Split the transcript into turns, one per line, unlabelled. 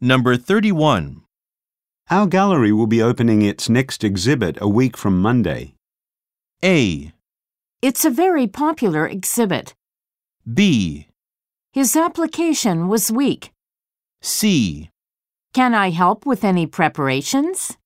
Number 31.
Our gallery will be opening its next exhibit a week from Monday.
A.
It's a very popular exhibit.
B.
His application was weak.
C.
Can I help with any preparations?